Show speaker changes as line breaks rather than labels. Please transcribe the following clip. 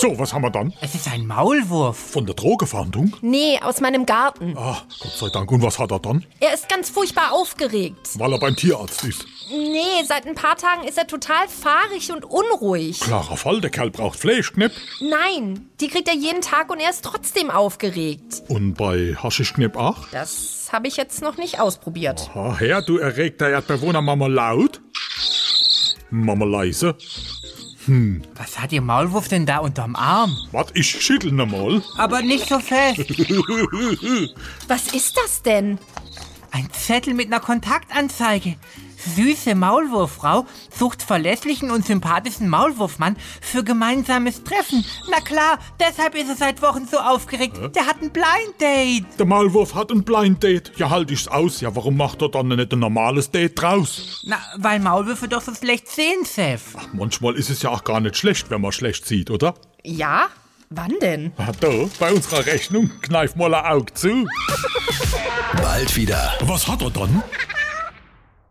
So, was haben wir dann?
Es ist ein Maulwurf.
Von der Drogefahndung?
Nee, aus meinem Garten.
Ah, Gott sei Dank. Und was hat er dann?
Er ist ganz furchtbar aufgeregt.
Weil er beim Tierarzt ist.
Nee, seit ein paar Tagen ist er total fahrig und unruhig.
Klarer Fall, der Kerl braucht Fleischknepp.
Nein, die kriegt er jeden Tag und er ist trotzdem aufgeregt.
Und bei Haschischknepp auch?
Das habe ich jetzt noch nicht ausprobiert.
Ah, Herr, du erregter Erdbewohner, Mama laut. Mama leise.
Was hat Ihr Maulwurf denn da unterm Arm?
Was, ich schüttel noch mal.
Aber nicht so fest.
Was ist das denn?
Ein Zettel mit einer Kontaktanzeige. Süße Maulwurffrau sucht verlässlichen und sympathischen Maulwurfmann für gemeinsames Treffen. Na klar, deshalb ist er seit Wochen so aufgeregt. Der hat ein Blind Date.
Der Maulwurf hat ein Blind Date. Ja, halt ich's aus. Ja, warum macht er dann nicht ein normales Date draus?
Na, weil Maulwürfe doch so schlecht sehen, Chef.
Ach, manchmal ist es ja auch gar nicht schlecht, wenn man schlecht sieht, oder?
Ja? Wann denn?
Ah, Da, bei unserer Rechnung kneif mal ein Auge zu.
Bald wieder.
Was hat er dann?